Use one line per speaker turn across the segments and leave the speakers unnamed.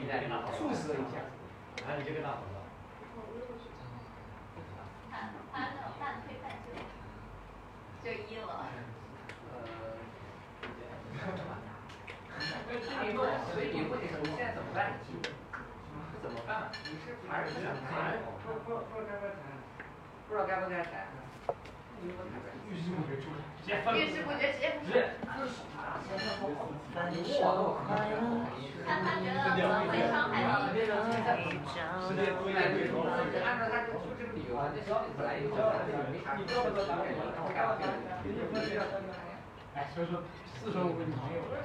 你再跟他讨
促
论
使一下。
然后你就跟他讨论。
半半那种半推半就，就一了。
你问，所以你问的时候，你现在怎么办？是怎么办？你是还是不想谈？
不不不该不该谈，
不知道该不该谈？你问他呗。
遇事不决出来。
直接分
遇事不决，直接不是。他他觉得可能会伤害到别人。
时间多一点对头。
按照他就这个理由，这小李子来一条，没啥，我干不
哎，所以说四舍五入就没有了。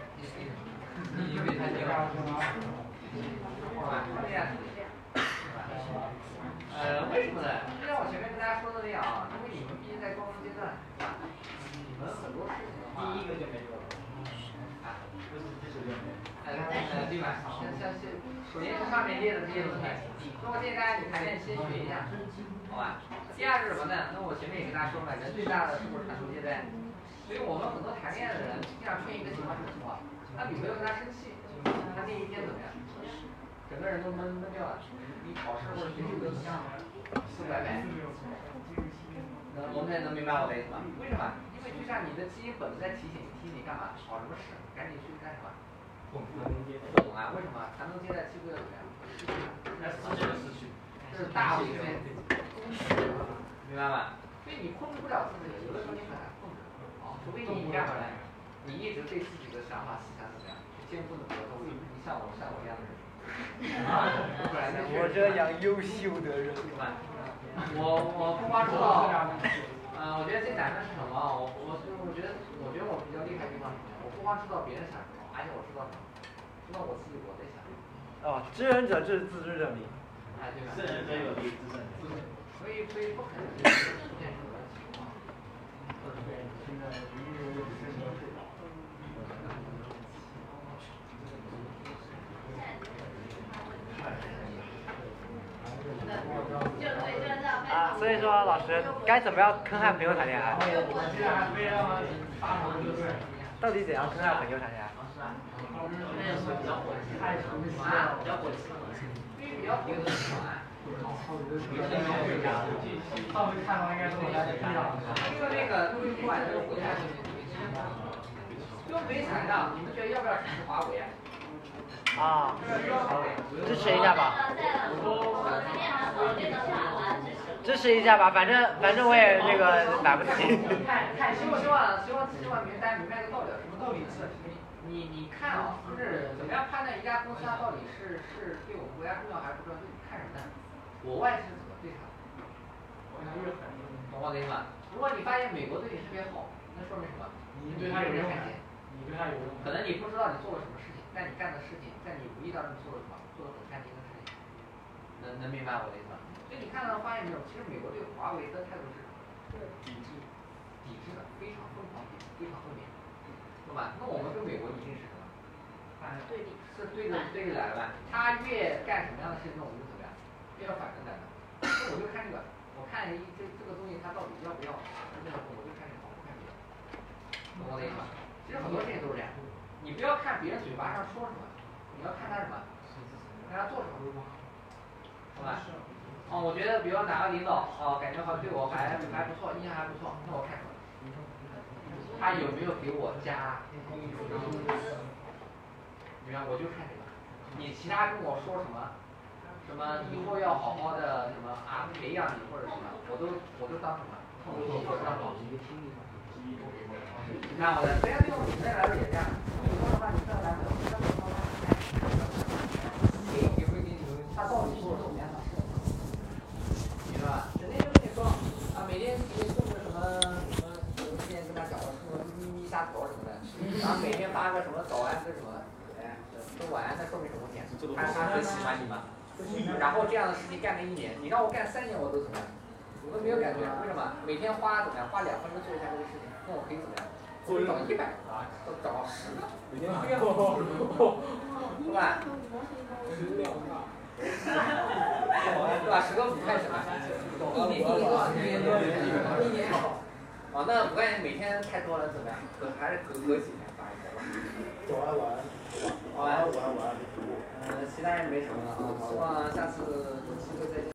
你给他定了，控制一下自己。呃，为什么呢？就像我前面跟大家说的那样啊，因为你们毕竟在高中阶段，对吧？你们很多事情的话，
第一个就没有了，
啊，
就是第九就没有。
呃，呃，对吧？像像是，首先是上面列的这些东西，那我建议大家你排练先学一下，好吧？第二是什么呢？那我前面也跟大家说了，人最大的是不是成熟阶段？所以我们很多谈恋爱的人经常出现一个情况，什么情况？他女朋友跟他生气，他那一天怎么样？整个人都闷闷掉了，你考试或者学习都影响了，四五百百。能，我们也能明白我的意思吧？为什么？因为就像你的基因本能在提醒你，提醒你干嘛？考什么试？赶紧去干什么？不懂啊？为什么？寒冬接待机会怎么样？
那失去就失去。
这是大危机，啊明白吗？所以你控制不了自己，有的时候你很难控制。哦，除非你干回来，你一直对自己的想法、思想怎么样，坚固的格斗力，你像我像我这样的人。 啊，不然呢？
我这样优秀的人，
是吧？我我不光知道，呃，我觉得这男的是什么啊？我我是我觉得我觉得我比较厉害的地方是什么？我不光知道别人想什么，而且我知道什么，知道我自己我在想什么。
哦，知人者智，自知者明。
哎，对吧？
圣人真有力，自胜。
所以所以不可能就是出现什么情况。
就对，就是这样。
啊，所以说老师该怎么样坑害朋友谈恋爱？到底怎样坑害朋友谈恋爱？
所以比较平的情况啊。
上次看到应该是我家的地上。
因为那个陆不管这个国家又没谈到，你们觉得要不要支持华为啊？
啊，支持一下吧，
我最近还考虑的法兰支持。
支持一下吧，反正反正我也那个买不起。
看看，希望希望希望希望明大家明白个道理，什么道理是？你你看啊，就是怎么样判断一家公司它到底是是对我们国家重要还是不重要？就看什么呢？国外是怎么对它的，懂我的意思吗？如果你发现美国对你特别好，那说明什么？
你对他有用
啊
感，你对他有用
可能你不知道你做了什么事情，但你干的事情，在你无意当中做了什么，做了很开心的事情，能能明白我的意思吗？所以你看到发现没有，其实美国对华为的态度是抵制，抵制的，非常疯狂，非常后面，对吧？那我们跟美国一定是什么？
感。
对立。
是对着对着来的吧？他越干什么样的事情，那我们就怎么样，越要反着来的。那我就看这个，我看一这这个东西它到底要不要，那我就看这个，我不看别的，懂我的意思吧？其实很多事情都是这样，你不要看别人嘴巴上说什么，你要看他什么，看他做什么，好吧？哦，我觉得比如哪个领导哦，感觉好像对我还还不错，印象还不错，那我看什么？他有没有给我加工资？明白，我就看这个。你其他跟我说什么，什么以后要好好的什么啊，培养你或者什么，我都我都当什么，我都当老师。你看我的，人家对我们来说也这样。你说的话，你再来我这么说，给也会给你，他到底说什么样的？明白吧？整天就跟你说啊，每天给你送个什么什么，我之前跟他讲过什么咪咪大头什么的，然后每天发个什么早安跟什么。哎，都晚安，那说明什么问题？他他很喜欢你吗？一然后这样的事情干了一年，你让我干三年我都怎么样？我都没有感觉，为什么？每天花怎么样？花两分钟做一下这个事情，那我可以怎么样？我可以找一百个，啊都找到十个， 每天这样，对吧？对吧？十个五块钱，一年一年多少钱？一年哦，那五块钱每天太多了，怎么样？可还是可可几年发一个吧。
走啊，晚安，
好吧
晚安，晚安。
呃，其他人没什么了啊，希望下次都能